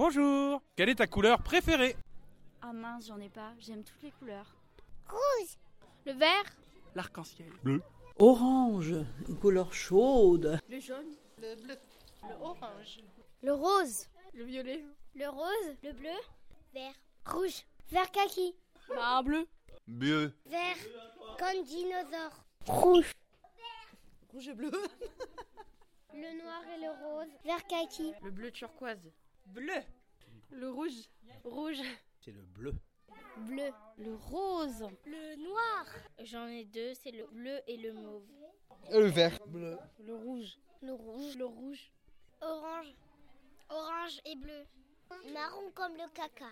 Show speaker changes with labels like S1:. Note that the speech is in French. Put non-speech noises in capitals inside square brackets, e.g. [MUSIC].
S1: Bonjour Quelle est ta couleur préférée
S2: Ah mince, j'en ai pas. J'aime toutes les couleurs.
S3: Rouge.
S2: Le vert.
S4: L'arc-en-ciel.
S1: Bleu.
S5: Orange, une couleur chaude.
S6: Le jaune. Le bleu. Le orange.
S3: Le rose.
S6: Le violet.
S3: Le rose.
S2: Le bleu.
S3: Vert. Rouge. Vert kaki.
S6: Bah, un bleu.
S1: Bleu.
S3: Vert. Comme dinosaure. Rouge.
S6: Rouge et bleu.
S3: [LAUGHS] Le noir et le rose. Vert kaki.
S6: Le bleu turquoise.
S4: Bleu.
S6: Le rouge. Rouge.
S7: C'est le bleu.
S2: Bleu. Le rose.
S3: Le noir.
S2: J'en ai deux, c'est le bleu et le mauve.
S8: Euh, Le vert.
S4: Bleu.
S2: Le rouge.
S3: Le rouge.
S2: Le rouge.
S3: Orange. Orange et bleu. Marron comme le caca.